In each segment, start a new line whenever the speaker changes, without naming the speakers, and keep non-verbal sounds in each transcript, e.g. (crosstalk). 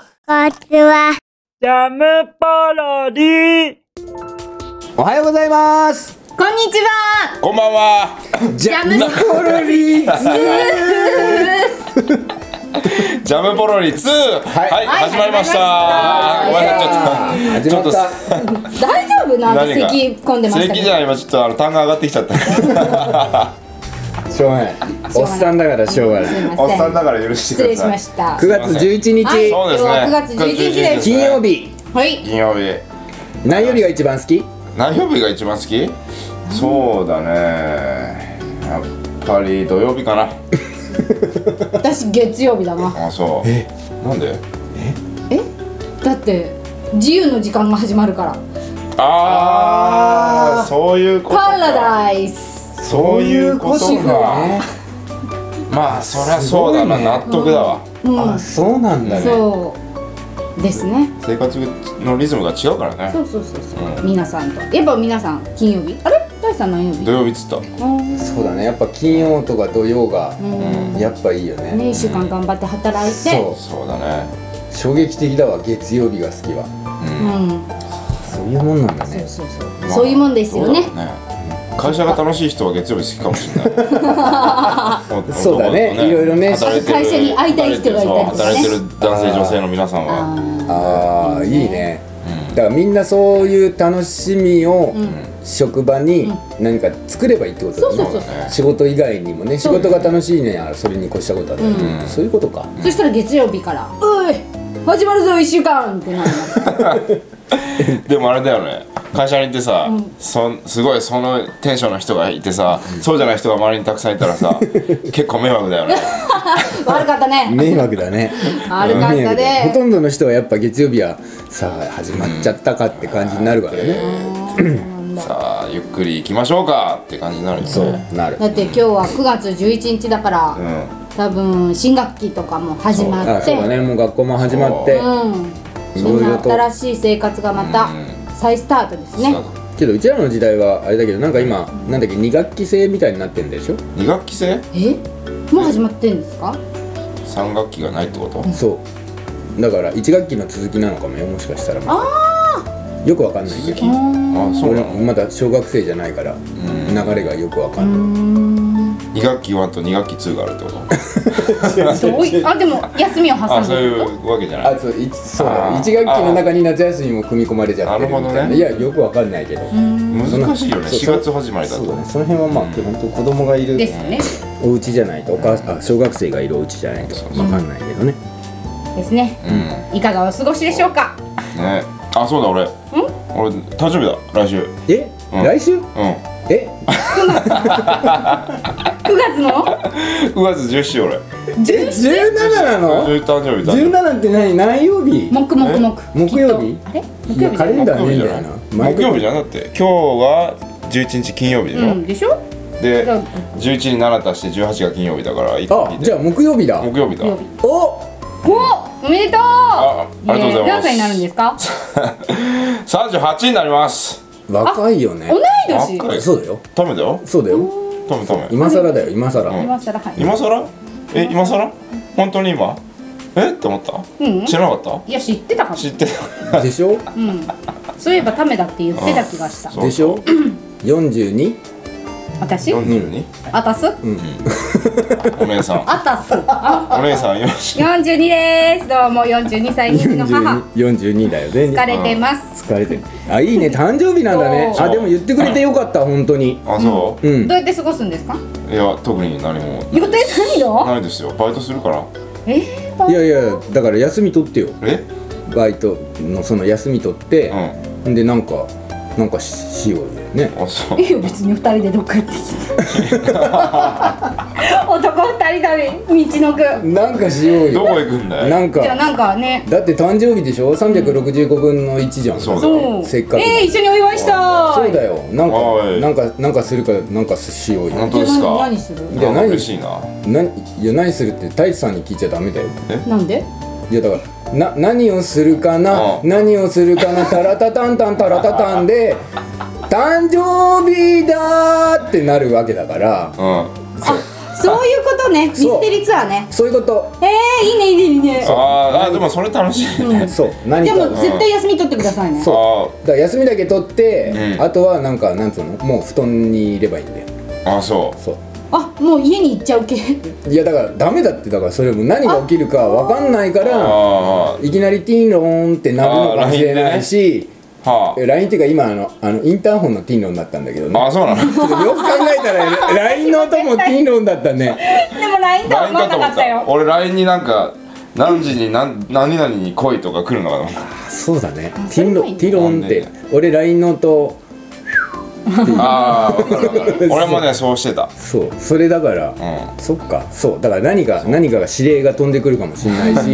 ちは。
ジャムパロディ
おはようございます
こんにちは。
こんばんは。
ジ
ャム
ポロリーズ
ジャムポロリ2。はい、
はい
始まりました。
はい
ごめんなさい、
始
ちょ
ま
っ
っ
と。
た
大丈夫なんか
何が
咳込んでました
咳じゃない、今ちょっとあの単が上がってきちゃった。
しょうがないおっさんだからしょうがない
すいません
おっさんだから許してくだ
失礼し
さい。
ました。
9月11
はい
日
そうですね。
今日は9月11日です
金曜。日
はい。
金曜日。
何曜日が一番好き
何曜日が一番好き？そうだね。やっぱり土曜日かな。
私月曜日だな。
あ、そう。え、なんで？
え？だって自由の時間が始まるから。
ああ、そういうこと
パラ
か。
ダイス。
そういうことか。まあそりゃそうだな、
すごいね
納得だわ。
あ、そうなんだね
そうですね。
生活のリズムが違うからね
そ。うそうそうそう。皆さんと。やっぱ皆さん金曜日。あれ？大地さん何曜日
土？曜日っつった。
あー
そうだねやっぱ金曜とか土曜が
ん
やっぱいいよね
ね一週間頑張って働いて。
そ
そうだね。
う衝撃的だわ月曜日が好きは
うん。
そういうもんなんだね
そうそうそう。そういうもんですよね。
そうだろうね会社が楽しい人は月曜日好きかもし
(laughs)
れないお
そうだね
男の子
いろいろね
働いてる
会社に会いたい人がいたりとかね
働いてるそう働いてる男性女性の皆さん
あ
は
ー
ああいいねだからみんなそういう楽しみを職場に何か作ればいいってことだよ
そう
ね
そうそう
そ
そう
だ
う。
ね
仕事以外にもね仕事が楽しいねあそれに越したことはない、そういう
(laughs)
ことか
そしたら月曜日から「おい始まるぞ1週間!」ってな
(laughs)
る
でもあれだよね会社に行ってさ、そんすごいそのテンションの人がいてさ、そうじゃない人が周りにたくさんいたら
(laughs)
さ結構迷惑だよね
の悪かったね
迷惑だね
悪かった
迷惑だほ
ね
とんどの人はやっぱ月曜日はさあ始まっちゃったかって感じになるからね、
さあゆっくり行きましょうかって感じになるよ
そう
ね
なる
だって今日は9月11日だから、
ん
多分新学期とかも始ま
あ
っ
そ
て
うだねもう学校も始まって
うん
い
そ
ろ
ん
いろ
な
と
新しい生活がまた再スタートですね
けどうちらの時代はあれだけどなんか今なんだっけ2学期制みたいになってんでしょ
2学期制
えもう始まってんですか
3学期がないってこと
そうだから1学期の続きなのかもよもしかしたらあよくわかんないけ
続
ど
きあそう
俺
な
も
の
まだ小学生じゃないから流れがよくわかんない
2学期1と2学期2があるってこと
どういあでも休みを挟
あ
ん
そう
で
いうわけじゃない
あそういそうだ
あー
1学期の中に夏休みも組み込まれちゃってるみたいな
なるほどね
いやよくわかんないけど
難しいよね
そう
4月始まりだ
そうだ
と
ねその辺はまあ基本と子供がいる
ですね
お家じゃないとお母さんあ小学生がいるお家じゃないとわかんないけどね
ですね、いかがお過ごしでしょうか
ねあそうだ俺俺誕生日だ来週うん
え
うん
来週え
9月の
9月17日俺
え17なの
誕生日だ
?17 って何何曜日
木木木
木曜日
きっとあれ木
い
曜
や
日じ
カ
ゃ
レン
ない
ダー
木
ね
曜
え
日
ん
じゃ
だよ
ない
な毎回
木曜日じゃなくて今日は11日金曜日でし
う
ょ
んでしょ
で
じゃあ
11に7足して18が金曜日だから一
あ
気
じゃあ
で
木曜日だ
木曜日だ
木曜日
(laughs)
お
おおめでとうあ
ありがとうございます
何歳になるんですか
38になります
若いよね
同い年
若い
そうだよ
トメだよ
そうだよ
トメトメ
今更だよ今更
今更はい
今更え今更本当に今えって思った
うん
知らなかっ
いや知ってたか
た
も
知って
でしょ
そういえばタメだって言ってた気がした
そう
でしょ 42?
私
た 42?
あたす
お姉さん
あ
(laughs)
たすあ
お姉さんよろしく
42ですどうも42歳2児の母
42だよね
疲れてます
疲れてるあいいね誕生日なんだね
そう
あでも言ってくれてよかった本当に
あそうう、
ん
どうやって過ごすんですか
いや特に何も
予定ないの
ないですよバイトするから
え
いやいやだから休み取ってよ
え
バイトのその休み取ってでなんかなんかししようよね
あそう
ーいいよ別に二人でどっか行ってき
(laughs)
て男二人旅道のく
なんかしよう
どこ
よ
行くんだよ
なん
じゃ
か
あなんかね
だって誕生日でしょ365分の1じゃん
そうだよ
そう
せっかく
えー、一緒にお祝いしたい
そうだよなん
お
か
い
なんかなんかするからなんかしようよ
本当ですか
何何する
いや
なんか
何
嬉しいな
何いや何するって太一さんに聞いちゃダメだよ
なんで
いやだからな何をするかな、
うん
何をするかなタラタタンタンタラタタンで「誕生日だ!」ってなるわけだから
うん
そういうことねミ
そう
ステリーツアーね
そういうこと
えー、いいねいいねいいね
あーあでもそれ楽しいね、
そう何
で
か
も絶対休み取ってくださいね
そう
あ
だから休みだけ取って、
うん
あとはなんかなんつうのもう布団にいればいいんだよ
ああそ
そ
あもう家に行っちゃう系
ういやだからダメだってだからそれも何が起きるかわかんないか
うあ
ら
あはい
きなりティンローンってなるのかもしれないし
あ
LINE、っていうか今あのあのインターホンのティンローンだったんだけどね
ああそうなの
(laughs)
よく考えたら LINE の音もティンローンだったね
でも LINE とは
LINE
思わ
かと思
なか
っ
った
た
よ
俺 LINE になんか何時に何何々に来いとか来るのかと思った
そうだね
そ
ティ
れ
ンロ
もいい
ーン
ね
ティンローンって俺 LINE の音
ああ分かる分か
(laughs)
る俺もねそうしてた
そうそれだから、
う
そっかそうだから何か何かが指令が飛んでくるかもしれないし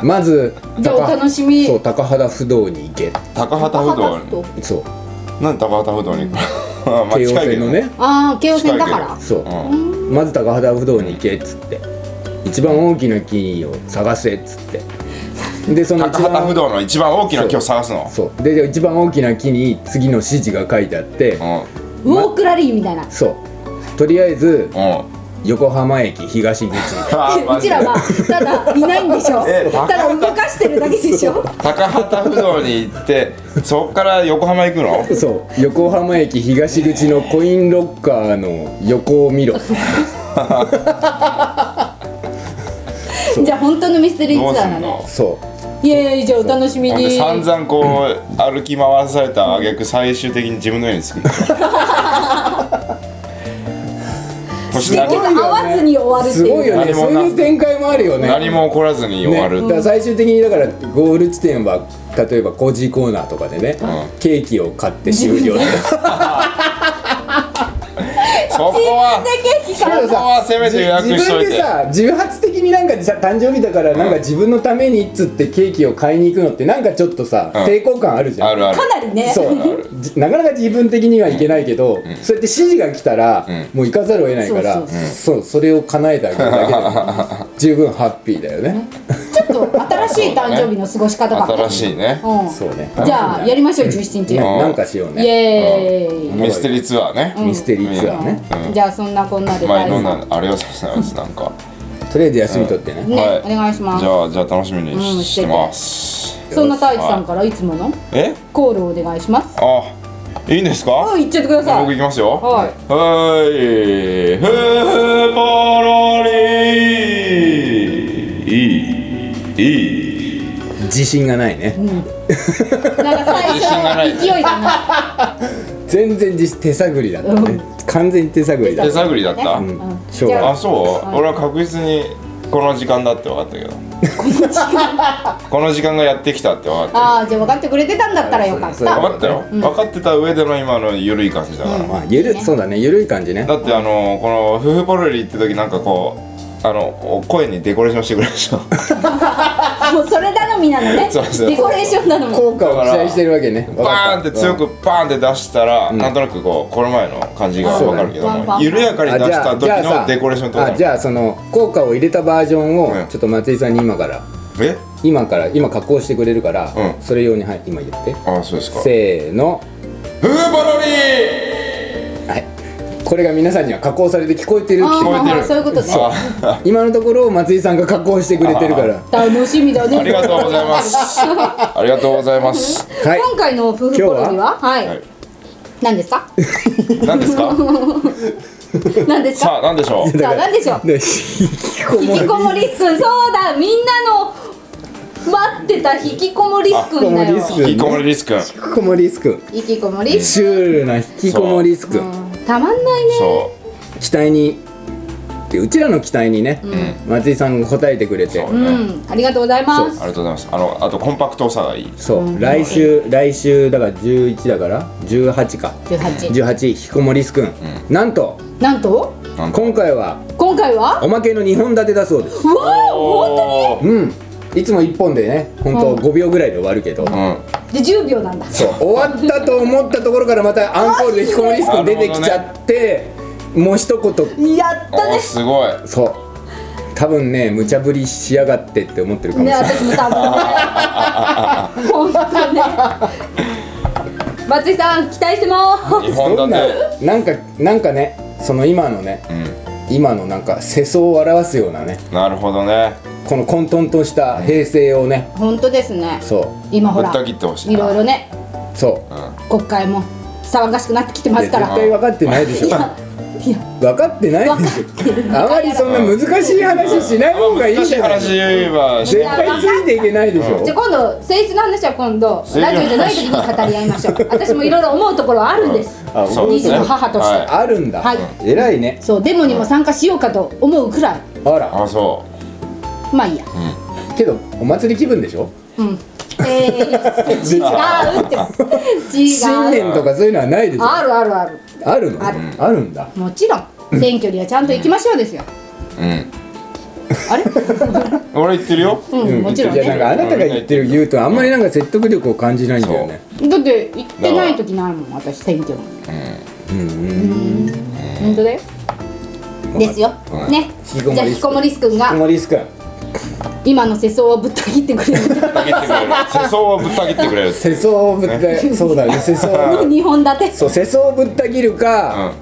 まず
じゃあお楽しみ
そう高原不動に行け
高畑不動
あ
そう
なんで高畑不動に行く (laughs) のまあ
京王
近いけ
線
ど
のね
あー京王線だから
そううんまず高原不動に行けっつって一番大きな木を探せっつってでその
高
一
畑不
番
動の一番大きな木を探すの
そうでで一番大きな木に次の指示が書いてあって
うん
ウォークラリーみたいな
そうとりあえず
うん
横浜駅
(laughs)
東口
あーマ
う
ジ
ち
で
らはただいないんでしょ
え
ただ動かしてるだけでしょ
高畑不動に行ってそっから横浜行くの
そう横浜駅東口のコインロッカーの横を見ろ
じゃあ本当のミステリー
どう
ツア
す
ーなんだね
の
そう
イエーイじゃあお楽しみ
ほんで
に
散々こう歩き回された挙句最終的に自分の家に着
(laughs)
くの
結
年
局
だけ
会わずに終わるっ
す
て
ごい
いう
よね
何も
そう
な
いう展開もあるよね
何も起こらずに終わ
ね、
る、
だから最終的にだからゴール地点は例えばコージーコーナーとかでね、
う
ケーキを買って終了
そこは
だけ聞
そ
か
こはせめて予約し
自
とい
分で
て
さ自発的になんかさ誕生日だからなんか自分のためにっつってケーキを買いに行くのってなんかちょっとさ、
うん
抵抗感あるじゃん
あるある
かなりね
そうじなかなか自分的にはいけないけど、そうやって指示が来たら、もう行かざるを得ないから、
そうそう
そうそれを叶えてあげるだけで
(laughs)
も十分ハッピーだよね
ちょっと新しい誕生日の過ごし方か
新しいね
うん
そうね
じゃあやりましょう17日
ね
イ
うん
なんかしようね
エーイ
ミステリーツアーね、
ミステリーツアーね、
うんじゃあそんなこんなで
前
第
飲ん
三
だあれをさせたやつなんか
とりあえず休み取ってね、
ね
はい
お願いします
じゃあじゃあ楽しみにし,、
うん
てます
そんな太一さんからいつもの
え
コールをお願いします
あいいんですか、
はい言っちゃってくださ
僕
い
行きますよ
はい
はいふーぽろりーいいいい
自信がないね、
なんか最
自信がない
初勢いがな
全然自手探りだったね、完全に手探りだっ
手
た
探りだった、
い、
ん
うん
しょうがない
あそう、俺は確実にこの時間だって分かったけど (laughs) この時間がやってきたって分かっ
ああじゃあ分かってくれてたんだったらよかっ
そうそう
た
た
分かったよ、分かってた上での今の緩い感じだから、
まあゆるそうだねゆるい感じね
だってあのこの「夫婦ポロリ」って時なんかこうあのお声にデコレーションしてくれるでし
(laughs)
ょ
もうそれ頼みなのね
そうそう
デコレーションなのも
効果を期待してるわけね
バーンって強くバーンって出したら、なんとなくこうこの前の感じが分かるけど
そうだ
も
ね
緩やかに出した時のデコレーションってこと
あじゃあその効果を入れたバージョン
うん
をちょっと松井さんに今から
え
今から今加工してくれるから、
うん
それ用にはい今言って
あそうですか
せーの
「夫婦ポロリ
はいこれが皆さんには加工されて聞こえてるっていう
聞こえてる
あーそういうことね
あ (laughs)
今のところ松井さんが加工してくれてるから
楽しみだね
ありがとうございます
(laughs)
ありがとうございます
はい
今回の夫婦コロリはは
はい
い何ですか
何です
(laughs)
か
何ですか
さあ何でしょう
さあ何でしょう
で引きこ
引
も
き
り
こもりっすそうだみんなの待ってた引きこもりっすくんだよ
引きこもりっすくん
引きこもりリス君
引きこもりスク
引きこもりっす
シュールな引きこもりスク
たまんないね
そ
期待にでうちらの期待にね、松井さんが応えてくれて
うそう
う
ね、あ
んありがとうございます
りがとうございますあのあとコンパクトさがいい
そう、来週来週だから11だから18か
18
18引きこもりスくん、なんと
なんと
なんか
今回は
今回は
おまけの2本立てだそうです
うわお
おー
うんいつも1本でねほんと5秒ぐらいで終わるけど、
うん
で10秒なんだ
そう終わったと思ったところからまたアンコールで引きこもりスくん出てきちゃって、もう一言
やった
お
ね
ーすごい
そう多分ね無茶ぶりしやがってって思ってるかもし
ね
れない、
私も多分ね本当
(laughs)
ね松井さん期待してま
日本
ど
だ
んな
ね
なんかなんかねその今のね
う
今のなんか世相を表すようなね
んなるほどね
す
この混沌とした平成をね
本当ですね
そ
今ほら
ぶった切ってほしいない
ろいろね
うそう
国会も騒がしくなってきてます
絶
からい
対分かってないでしょ
や
分かってないでしょあまりそんな難しい話しない方がいい
難し
じ
い
ゃない
話
絶
言えばし
対ついていけないでしょ
じゃあ今度政治の話は今度
治の
ラ
話
ジオじゃない時に語り合いましょう私もいろいろ思うところはあるんです
あ
そう
二児の母として
は
あるんだ
はい
偉いね
そうデモにも参加しようかと思うくらい
あ
い
ら
あそ
まあいいや
けどお祭り気分でしょ
うんえー、違うって違う
新年とかそういうのはないでしょ
あるあるある
あるの
あ
あ
る
るんだ
もちろん選挙にはちゃんと行きましょうですよ
ううん
あれ
俺言ってるよ
うんもちろん
いやなん
ね
かあなたが言ってる言うとあんまりなんか説得力を感じないんだよね
だって行ってない時ないもん私選挙も本当だよですよね
引きこもり
じゃあひこもりすくん
小
が
森スくん
今の世相をぶった切ってくれる
ぶった切ってくれる世相をぶった切ってくれる
世相をぶったそうだね世相
の
を
二本立て
そう世相をぶった切る
う
か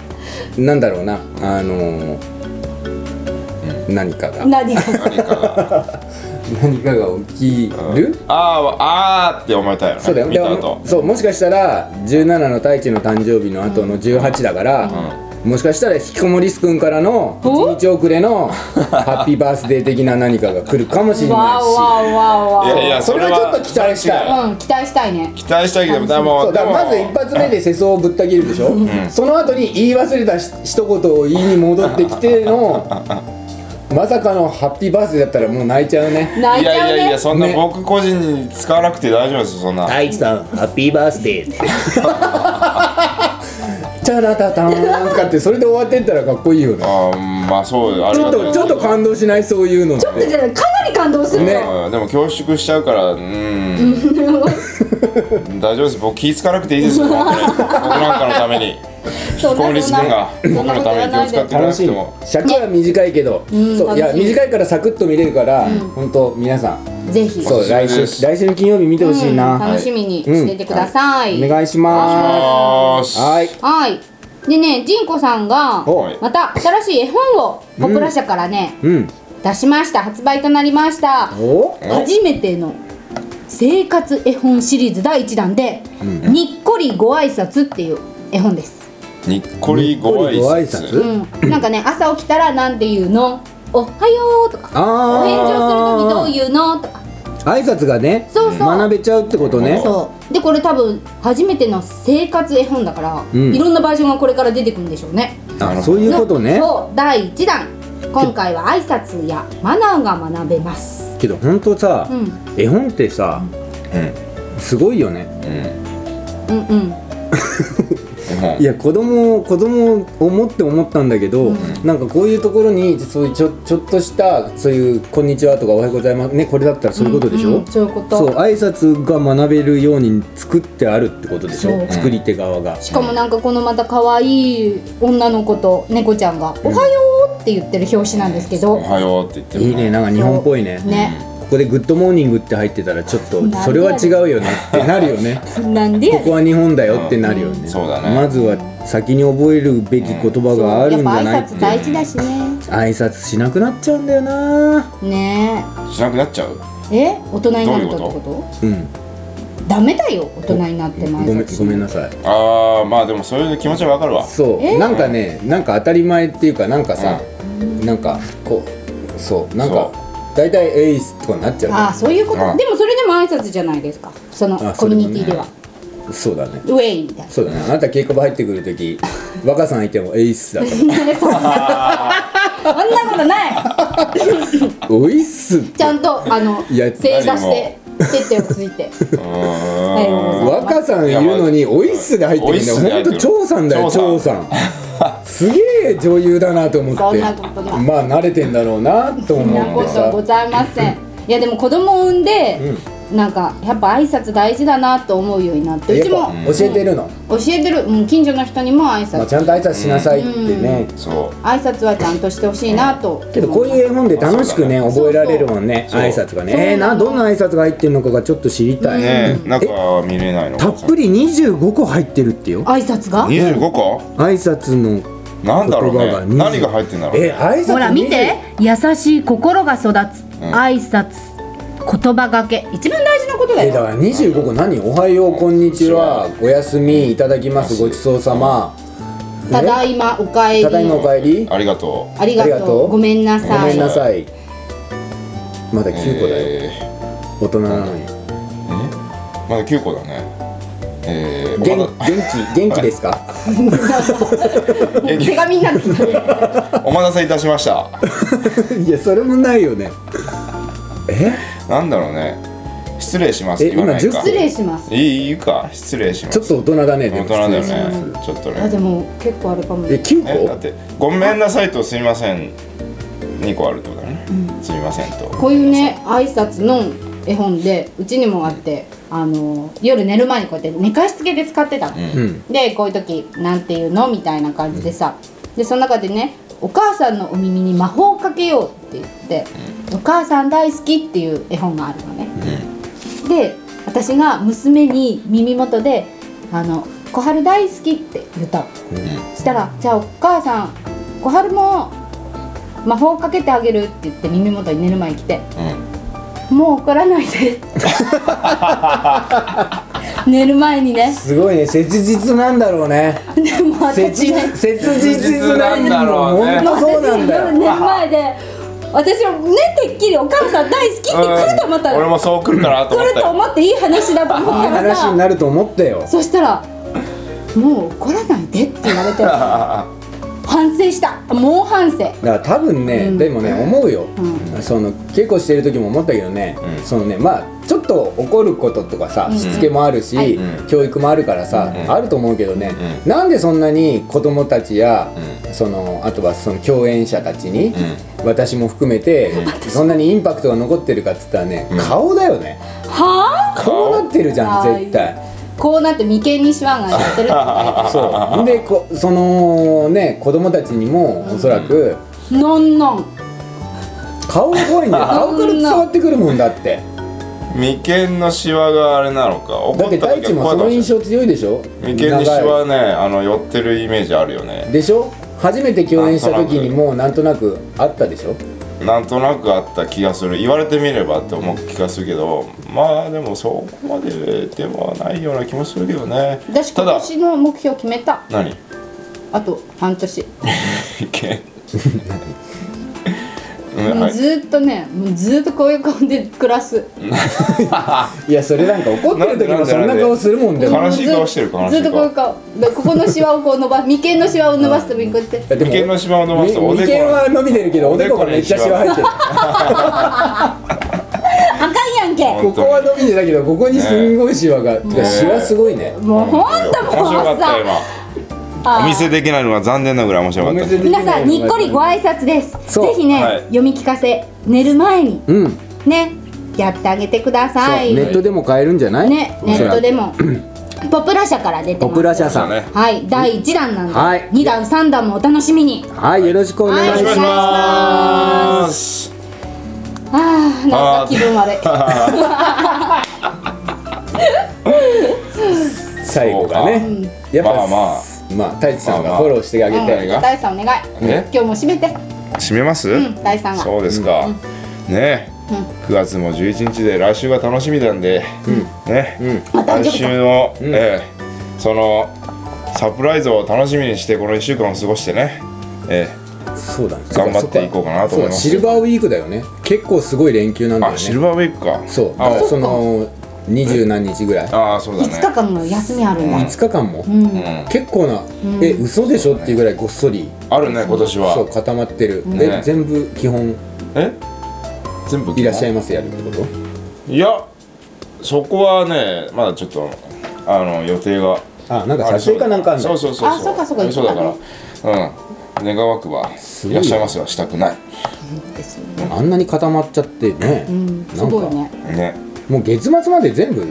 ん
なんだろうなあのー何かが
何が
何か
何かが起きる
あーあーって思えたよね
そうだよ
見
で
た
も
後
そうもしかしたら17の太一の誕生日の後の18だから、もしかしたら引きこもりすくんからの
お
1日遅れ
(laughs)
のハッピーバースデー的な何かが来るかもしれ
わ
な
あ
い
わあわあわあ
いやいや
それは
それは
ちょっと期待したい
勘違
うん期待したいね
期待したいけどで
しそ
も
うだ
で
か
も
らまず一発目で世相をぶった切るでしょ、その後に言い忘れたし一言を言いに戻ってきて
(laughs)
のまさかのハッピーバースデーだったらもう泣いちゃうね
泣い
い
ちゃ
や
う
いやい
ね
やそんな
ね
僕個人に使わなくて大丈夫ですよそんな
太一さんハッピーバースデー (laughs) チャラタターンとかってそれで終わってったらかっこいいよね
あーまあそうあり
ちょ
が
った
い
とちょっと感動しないそういうのって
ちょっとじゃないかなり感動するね
うんでも恐縮しちゃうからうーん大丈夫です僕気ぃつかなくていいで
(laughs)
すよ本当に僕なんかのために
そんな
小リス君が
そんな
僕のために気を使ってくれな
楽
く
しい
て
の
も
尺は短いけど、そういや
楽しい
短いからサクッと見れるから、本当皆さん
ぜひ
そう
おすすめ
来
で
週
す
来週の金曜日見てほしいな、
楽しみにしててください
お願いしま
あー
すはい
はいでねジンコさんが
お
い
また新しい絵本をポプラ社からね
うん
出しました発売となりました
お
初めての生活絵本シリーズ第1弾で「にっこりご挨拶っていう絵本です、
にっこりご挨拶
うん、なんかね朝起きたらなんて言うの「おはよう」とか
あ
「お返事をする時ど
あ
う言うの?」とか
挨拶がね
そうそう
学べちゃうってことね
そうでこれ多分初めての生活絵本だから、
うん
いろんなバージョンがこれから出てくるんでしょうね
あそういうことね
そう第1弾今回は挨拶やマナーが学べます
けど本当さ、
うん
絵本ってさ
うん
すごいよね
うん
うんうん
絵本
いや子供子供を思って思ったんだけど、なんかこういうところにそういうちょちょっとしたそういう「こんにちは」とか「おはようございます」ねこれだったらそういうことでしょ、
うんうんそういうこと
そう挨拶が学べるように作ってあるってことでし
そ
ょ
う
作り手側が
しかもなんかこのまた可愛い女の子と猫ちゃんが「おはよう」って言ってる表紙なんですけど、
おはようって言ってる
いいねなんか日本っぽいね
ね、
ここで「グッドモーニング」って入ってたらちょっと
なんで
それは違うよねってなるよね
なんで
こ
や
こ
ねん
は日本だよってなるよね
そうだね
まずは先に覚えるべき言葉があるんじゃない
やっ
って
ぱ挨拶大事だしね
挨拶しなくなっちゃうんだよな
ね
しなくなっちゃう
ええ大人になるとって
どう
こ
いう
と
こ
うん
ダメだよ大人になっても挨
ごめん
拶し
ごめん
な
なさい
ああまあでもそういう気持ちはわかるわ
そう、
え
なんかねなんか当たり前っていうかなんかさ、なんかこうそうなんか
そ
大体エイスとかになっち
あ
ゃ
あそういうこと
うん
でもそれでも挨拶じゃないですかその
あ
コミュニティでは
うそうだね
ウェイみた
(laughs)
いな
そうだねあなた稽古場入ってくる時 (laughs) 若さんいてもエイスだか
そんなそんなことない
らおいっす
ちゃんとあの
いや
正座して手手をつい
(laughs)
て
うーん
若さんいるのにおいっすで入ってくるんだよ
おいっすで入
ほん
って
と
くる
張さんだよ張
張
さんすげえ女優だなと思
そ
っ
ん
て
なことない
まあ慣れてんだろうなと
そんな
思っ
こ
て
と
さ
ございませんいやでも子供を産んで、なんかやっぱ挨拶大事だなと思うようになってう
や
ち
っ
も
ぱ教えてるの、
教えてる、うん、近所の人にも挨
まあ、
拶
ちゃんと挨拶しなさいってね、
そ
挨拶はちゃんとしてほしいなと
けどこういう絵本で楽しくね
そうそう
覚えられるもんね
そう
挨拶がね
そう
えー、などんな挨拶が入ってるのかがちょっと知りた
う
い、
ねえ中は見れないの
たっぷり25個入ってるってよ
挨拶が
25個
挨拶の
なんだろう
言葉が
ね
20
何が入ってんだろう
え挨拶
ほら見て優しい心が育つ挨拶言葉がけ一番大事なことだ
えだ
よ
から25個何おはようこんにちはおやすみいただきますごちそうさま
ただいまおかえり
ただいまおかえり
ありがとう
ありが
ありが
と
と
う
う
ごめんなさ
ごめん
い
なさいまだ9個だよ
えー
大人なのに
まだ9個だねえー、
元
まだ
元気元気ですか
(laughs) 手紙になってきた
(laughs) お待たせいたしました。
いやそれもないよねえ
なんだろうね。失礼します。
え
言わない
今
か。
失礼します
いい、言うか。失礼します。
ちょっと大人だねで
大
も
人だよ
失礼し
ね。ちょっと
あで
ね。
も結構あれかも
ますえ
え、だっ
9個
て、ごめんなさいとすみません。二個あるってことだね。すみませんと。
こういうね挨拶の絵本でうちにもあってあの夜寝る前にこうやって寝かしつけで使ってたの、
うん
でこういう時「なんて言うの?」みたいな感じでさ、でその中でね「お母さんのお耳に魔法をかけよう」って言って「お母さん大好き」っていう絵本があるのね、で私が娘に耳元で「あの小春大好き」って言ったのしたら「じゃあお母さん小春も魔法をかけてあげる」って言って耳元に寝る前に来て
うん。
「もう怒らないで」寝る前にね
すごいね切実なんだろうね
でも
切
私ね
実切実なんだろう
切実
ね
なん
本当そうなんだ
私
よ
夜寝る前で私もねてっきりお母さん大好きって来ると思った
俺
の
もそう来るかなと思っ
来る
た
と
よ。
思っていい話だと思っ
いい
たら
話に
さ
なると思ったよ
そしたら「もう怒らないで」って言われて反省したもう反省
だから多分ね、
うん
でもね思うよ、
う
その稽古してる時も思ったけどね、
うん
そのねまあちょっと怒ることとかさ、
うん
しつけもあるし、
はい
うん
教育もあるからさ、
うん
あると思うけどね、
う
なんでそんなに子供たちや、
う
そのあとはその共演者たちに、
う
私も含めて、そんなにインパクトが残ってるかっつったらね、
ん
顔だよね
はあ
こうなってるじゃん
顔
絶対。
こうなって眉間にシワが寄ってるってこと
そうでこそのね子供たちにもおそらく (laughs)
だよのんのん
顔が怖いんだよ顔から伝わってくるもんだって。
眉間のシワがあれなのか。
だ
怒
っ
ってた
大
時
地も
は怖
そ
い
の
かもし
印
れ
象強いでしょ
ない。眉間のシ
長
ワね、あの寄ってるイメージあるよ
い
ね。
でしょ初めて共演した時に
なんとなく
もうなんとなくあったでしょ
なんとなくあった気がする言われてみればって思う気がするけどまあでもそこまでではないような気もするけどね
私
た
今
だ
年の目標決めた
何 (laughs)
あと半年
意見うん
も
は
う
い
ずーっとねもうずーっとこういう顔で暮らす
いやそれなんか怒ってる時もそんな顔するもんで
な
も
んでなんでなんで悲しい顔してる
もう
悲し
ず
い顔
っとこういう顔でここのシワをこう伸ば (laughs) 眉間のシワを伸ばすためにこうやって
でも
眉間のシワを伸ばすとおでこ
眉間は伸びてるけどおでこがめっちゃシワ入ってる
あかんやんけ
こ
本当
こ
に
は伸びてたけどここにすんごいシワがてかシワすごいね
もうほんと
面白
も
か
う
った
さ
よ
あ
今
ー
お見せできないのが残念なぐらい面白かった
皆さんにっこりご
い
挨拶です
そう
ぜひね、
はい
読み聞かせ寝る前に
うんそう
ねやってあげてください
ネットでも買えるんじゃない
ねネットでもポプラ社から出て
オ
ます
プラ社さん
ね
はい第1弾なんで、
はい
2弾3弾もお楽しみに
はいよろしくお願いし
お願いし
ま
ます
あーなんか気分悪い
(laughs)
す最後がね
そう
やっぱ
まあま
まあ太一さん
まあま
が
あ
フォローしてあげ
うん
て
が
大さんお願い
え
今日も締めて
締めます、
うん大さんが
そうですか、ねえ、9月も11日で来週が楽しみなんで、ね、来週の、ええそのサプライズを楽しみにしてこの1週間を過ごしてね、え
そうだね
頑張っていこうかなと思います
そうシルバーウィークだよね結構すごい連休なん
え
だよ
あ
ね
シルバーウィークか
そうだ
あ
から
そ
そ
っか
の二十何日ぐらい
ああそうだ
5
ね
日間の休みあるんだ、
5日間も、
うん
結構な、え嘘でしょっていうぐらいごっそり
あるね今年
そう
は
固まってる、
ん
え
ね
全部基本
え全部
いらっしゃい
ま
ますやるってこと
いやそこはねまだちょっとあの予定が
あなんか
あ
撮影かなんかあんだ
そうそうそう
あそうかそうか
ありそうだからうん願わくば
ご
い
い
らっしゃいますはしたくない
ですね
あんなに固まっちゃってね、
うんすごいね
ね
もう月末まで全部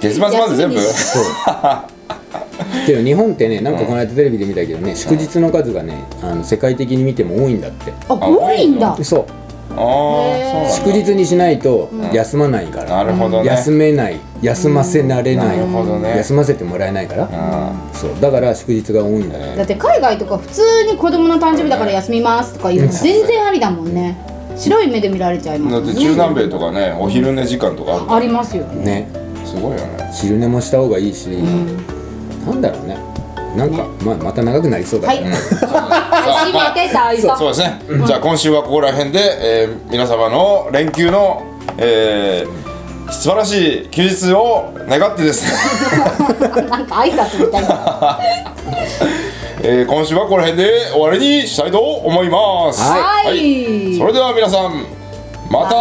月末まで全部
休みに
(laughs)
そうけど日本ってねなんかこの間テレビで見たけどね、祝日の数がねあの世界的に見ても多いんだって
あ多いんだ
そう
ああそう
祝
なんだ
日にしないと休まないから、
なるほどね
休めない休ませられない、
なるほどね
休ませてもらえないから、
あ
そうだから祝日が多いんだね
だって海外とか普通に子供の誕生日だから休みますとか言うの全然ありだもんね白い目で見られちゃいま
だっ
すも
て
んね
中南米とかねお昼寝時間とかあるもん
ありますよね
ね
すごいよね
昼寝もした方がいいし、なんだろうねなんか、まあ、また長くなりそうだ
はい
ね、
初めて大
そう
佐
ですね、じゃあ今週はここら辺で、えー皆様の連休の、えー素晴らしい休日を願ってですね、 (laughs)
なんか挨拶みたいな
えー今週はここら辺で終わりにしたいと思います
はい
それでは皆さんま
ま
た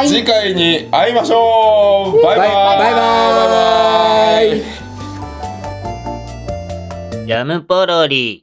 た
次回に会いましょうバイバ
バ
イ
イバイ
バイバイ
ジャムポロリ。